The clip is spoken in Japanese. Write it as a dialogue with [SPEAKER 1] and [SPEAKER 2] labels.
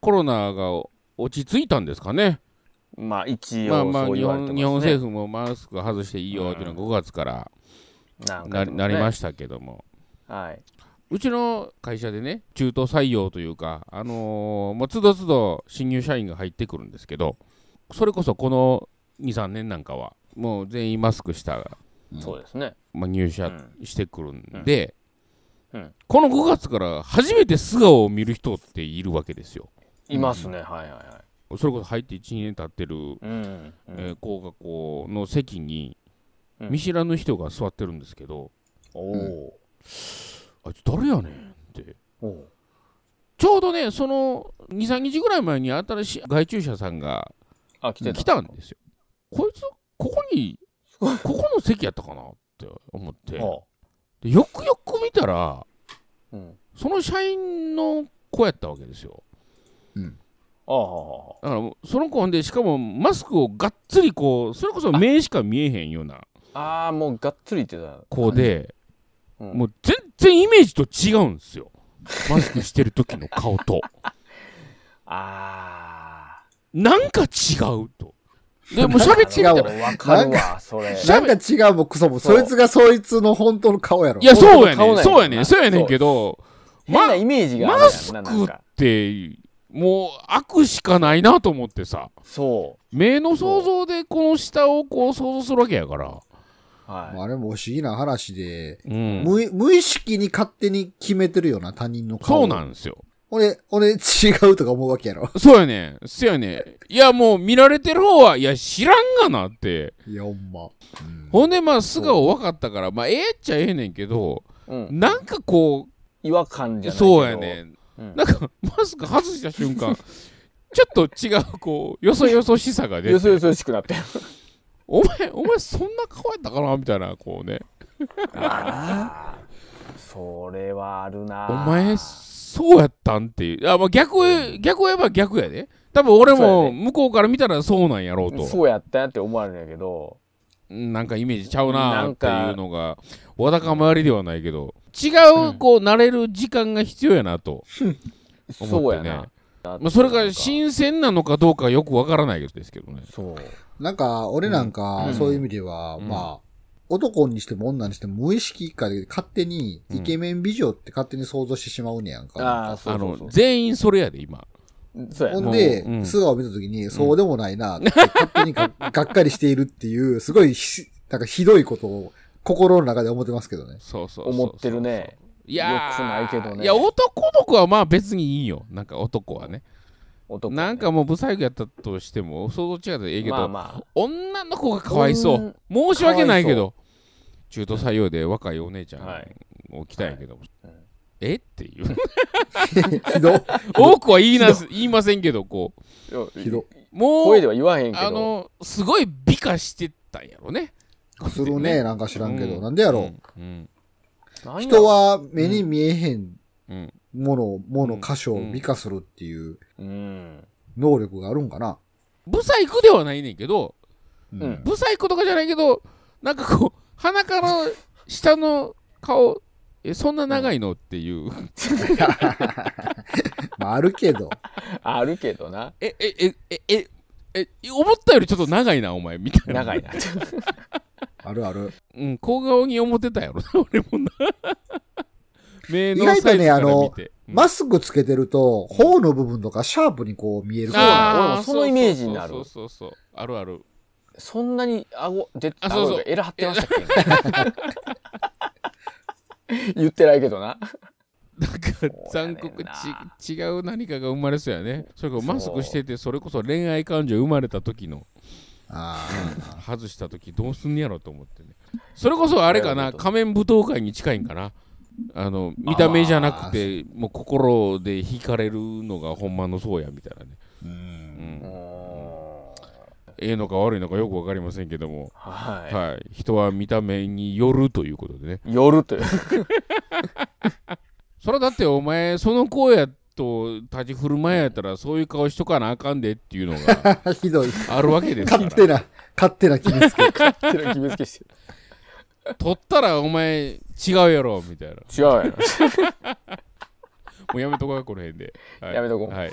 [SPEAKER 1] コロナが落ち着いたんですかね。
[SPEAKER 2] まあ一
[SPEAKER 1] まあ
[SPEAKER 2] 応
[SPEAKER 1] まあ
[SPEAKER 2] そう
[SPEAKER 1] 日
[SPEAKER 2] 言われてますね、
[SPEAKER 1] 本日本政府もマスク外していいよっていうのが5月から
[SPEAKER 2] なん
[SPEAKER 1] な,、
[SPEAKER 2] かでもね
[SPEAKER 1] なりましたけども。
[SPEAKER 2] はいう
[SPEAKER 1] ちの会社でね、中途採用というか、あのーもうつどつど新入社員が入ってくるんですけど、それこそこの2、3年なんかは、もう全員マスクした、
[SPEAKER 2] そうですね
[SPEAKER 1] まあ、入
[SPEAKER 2] う
[SPEAKER 1] 社
[SPEAKER 2] ん
[SPEAKER 1] してくるんで、
[SPEAKER 2] うんうん
[SPEAKER 1] この5月から初めて素顔を見る人っているわけですよ。
[SPEAKER 2] いますね、はいはいはい
[SPEAKER 1] それこそ入って1、2年経ってる、
[SPEAKER 2] うん、うん
[SPEAKER 1] えー工学校の席に、
[SPEAKER 2] うん
[SPEAKER 1] 見知らぬ人が座ってるんですけど、
[SPEAKER 2] おお
[SPEAKER 1] あいつ誰やねんって。
[SPEAKER 2] おお
[SPEAKER 1] ちょうどね、その2、3日ぐらい前に新しい外注者さんが
[SPEAKER 2] あ来てた
[SPEAKER 1] 来たんですよ。こいつ、ここに、ここの席やったかなって思って、
[SPEAKER 2] あ
[SPEAKER 1] でよくよく見たら、
[SPEAKER 2] うん
[SPEAKER 1] その社員の子やったわけですよ。
[SPEAKER 2] あああ
[SPEAKER 1] だからもう、その子ほんで、しかもマスクをがっつりこう、それこそ目しか見えへんような
[SPEAKER 2] ああもうがっつり言ってた
[SPEAKER 1] 子で、
[SPEAKER 2] うん
[SPEAKER 1] もう全然イメージと違うんですよ。マスクしてる時の顔 と。
[SPEAKER 2] あ
[SPEAKER 1] なんか違うと。でもう
[SPEAKER 2] あ
[SPEAKER 1] 喋ってみた
[SPEAKER 2] 違
[SPEAKER 1] ら
[SPEAKER 2] うわかるわそれ
[SPEAKER 3] なんか違うもクソも。そいつがそいつの本当の顔やろ。
[SPEAKER 1] いや、そうや
[SPEAKER 2] 顔なん
[SPEAKER 1] ねん、
[SPEAKER 2] や
[SPEAKER 1] そうやねん、そうやねんけど、
[SPEAKER 2] 変
[SPEAKER 1] ま
[SPEAKER 2] な
[SPEAKER 1] あ、っ
[SPEAKER 2] イメージがあるやん
[SPEAKER 1] マスク
[SPEAKER 2] ななんか
[SPEAKER 1] て、もう悪しかないなと思ってさ、
[SPEAKER 2] そ
[SPEAKER 1] 目の想像でこの下をこう想像するわけやから、
[SPEAKER 2] うはい
[SPEAKER 3] あれも不思議な話で、
[SPEAKER 1] うん、
[SPEAKER 3] 無い無意識に勝手に決めてるよな、他人の顔。
[SPEAKER 1] そうなんですよ。
[SPEAKER 3] 俺、俺違うとか思うわけやろ。
[SPEAKER 1] そうやねん、そうやねん。いや、もう見られてる方は、いや、知らんがなって。
[SPEAKER 3] いや、ほんま。
[SPEAKER 1] ほんで、まあ、素顔分かったから、まあ、ええっちゃええねんけど、
[SPEAKER 2] うん、
[SPEAKER 1] なんかこ
[SPEAKER 2] 違和感じ
[SPEAKER 1] う、
[SPEAKER 2] ゃないけど
[SPEAKER 1] そうやねん。
[SPEAKER 2] うん
[SPEAKER 1] なんか、マスク外した瞬間、 ちょっと違う、こう、よそよそしさが出て
[SPEAKER 2] よ。そよそしくなって
[SPEAKER 1] お前、お前そんな顔やったかなみたいな、こうね。
[SPEAKER 2] あーそれはあるな
[SPEAKER 1] お前、そうやったんっていう。あ、まあ、逆、逆を言えば逆やで。多分俺
[SPEAKER 2] そうや
[SPEAKER 1] も向こうから見たらそうなんやろうと。
[SPEAKER 2] そうやったやって思われるんやけど
[SPEAKER 1] うんなんかイメージちゃうな
[SPEAKER 2] な
[SPEAKER 1] ー
[SPEAKER 2] ん
[SPEAKER 1] って
[SPEAKER 2] か
[SPEAKER 1] いうのが、わだかまりではないけど、違う、こう、慣れる時間が必要やなと
[SPEAKER 2] そ
[SPEAKER 1] 思
[SPEAKER 2] う
[SPEAKER 1] っ
[SPEAKER 2] や
[SPEAKER 1] てね。
[SPEAKER 2] な
[SPEAKER 1] まあ、それが
[SPEAKER 2] し
[SPEAKER 1] 新鮮なのかどうかはよくわからないですけどね。
[SPEAKER 2] そう
[SPEAKER 3] なんか、俺なんか、
[SPEAKER 2] うん
[SPEAKER 3] そういう意味では、
[SPEAKER 1] うん
[SPEAKER 3] まあ、男にしても女にしても無意識化で勝手にイケメン美女って勝手に想像してしまうねやんか。
[SPEAKER 2] ああそ
[SPEAKER 1] あ
[SPEAKER 2] うそう
[SPEAKER 1] の
[SPEAKER 2] そ、う
[SPEAKER 1] 全員それやで、今。
[SPEAKER 2] そうや
[SPEAKER 3] ほ
[SPEAKER 2] なん
[SPEAKER 3] で、
[SPEAKER 1] うん
[SPEAKER 3] 素顔を見たときに、そうでもないなって、勝手にががっかりしているっていう、すごいひ、なんかひどいことを心の中で思ってます けどね。
[SPEAKER 1] そうそうそうそう
[SPEAKER 2] 思ってるね
[SPEAKER 1] いやー
[SPEAKER 2] よくないけどね
[SPEAKER 1] いや、男の子はまあ別にいいよ。なんか男はね。
[SPEAKER 2] 男ね
[SPEAKER 1] なんかもう不細工やったとしても、想像違うとええけど、
[SPEAKER 2] まあま
[SPEAKER 1] 女の子がかわいそう。申し訳ないけど、中途採用で若いお姉ちゃ
[SPEAKER 2] は
[SPEAKER 1] んを来たんやけど、
[SPEAKER 2] いうん
[SPEAKER 1] えっていう。
[SPEAKER 3] ひど、
[SPEAKER 1] 多くは言いなす言いませんけど、こう、
[SPEAKER 2] あ
[SPEAKER 3] ひど。
[SPEAKER 1] も
[SPEAKER 2] 声で
[SPEAKER 1] う、
[SPEAKER 2] は言わへんけど
[SPEAKER 1] あの、すごい美化してたんやろね。
[SPEAKER 3] するね、なんか知らんけど。
[SPEAKER 1] うん
[SPEAKER 3] なんでやろう、
[SPEAKER 1] うん。
[SPEAKER 2] なんや
[SPEAKER 3] 人は目に見えへん
[SPEAKER 1] うん。うん
[SPEAKER 3] もの、もの箇所を
[SPEAKER 1] うん
[SPEAKER 3] 美化するっていう
[SPEAKER 2] うん
[SPEAKER 3] 能力があるんかな。
[SPEAKER 1] 不細工ではないねんけど、
[SPEAKER 3] うん
[SPEAKER 1] ブサイクとかじゃないけど、なんかこう、鼻から下の顔、え、そんな長いのっていう。
[SPEAKER 3] まあ、あるけど。
[SPEAKER 2] あるけどな
[SPEAKER 1] え、え、え、え、え、え、思ったよりちょっと長いな、お前、みたいな。
[SPEAKER 2] 長い な
[SPEAKER 3] あるある。
[SPEAKER 1] うん、小顔に思ってたやろな、 俺 もな。目の
[SPEAKER 3] 意外と
[SPEAKER 1] サ
[SPEAKER 3] ね
[SPEAKER 1] イズから
[SPEAKER 3] あの
[SPEAKER 1] 見て、うん
[SPEAKER 3] マスクつけてると、頬の部分とかシャープにこう見えるから。
[SPEAKER 1] あー
[SPEAKER 2] 俺もそのイメージになる
[SPEAKER 1] そうそうそうそうそうあるある。
[SPEAKER 2] そんなに顎で
[SPEAKER 1] あそうそう
[SPEAKER 2] 顎がエラ張ってましたっけ 言ってないけどな
[SPEAKER 1] なんか
[SPEAKER 2] そうやねん
[SPEAKER 1] 残
[SPEAKER 2] な
[SPEAKER 1] 酷ち、違う何かが生まれそうやね。それから
[SPEAKER 2] そう
[SPEAKER 1] マスクしてて、それこそ恋愛感情生まれた時の。
[SPEAKER 3] ああ
[SPEAKER 1] 外した時どうすんねやろと思ってねそれこそあれか
[SPEAKER 2] なる
[SPEAKER 1] な
[SPEAKER 2] ほど
[SPEAKER 1] 仮面舞踏会に近いんかなあの見た目じゃなくてもう心で惹かれるのがほんまのそうやみたいなね、
[SPEAKER 3] う。
[SPEAKER 1] うん、
[SPEAKER 2] うんん
[SPEAKER 1] ええのか悪いのかよく分かりませんけども、
[SPEAKER 2] は
[SPEAKER 1] はいい人は見た目によるということでね
[SPEAKER 2] 寄るという。
[SPEAKER 1] そらだってお前その声やと立ち振る舞いやったらそういう顔しとかなあかんでっていうのが
[SPEAKER 3] ひどい。
[SPEAKER 1] あるわけですか
[SPEAKER 3] 勝手
[SPEAKER 1] ら
[SPEAKER 3] な、勝手な決めつけ。
[SPEAKER 2] 手の決めつけしてる。
[SPEAKER 1] 取ったらお前違うやろみたいな
[SPEAKER 2] 違うやろ。
[SPEAKER 1] もうやめとこうかこの辺で、はい
[SPEAKER 2] やめとこう
[SPEAKER 1] はい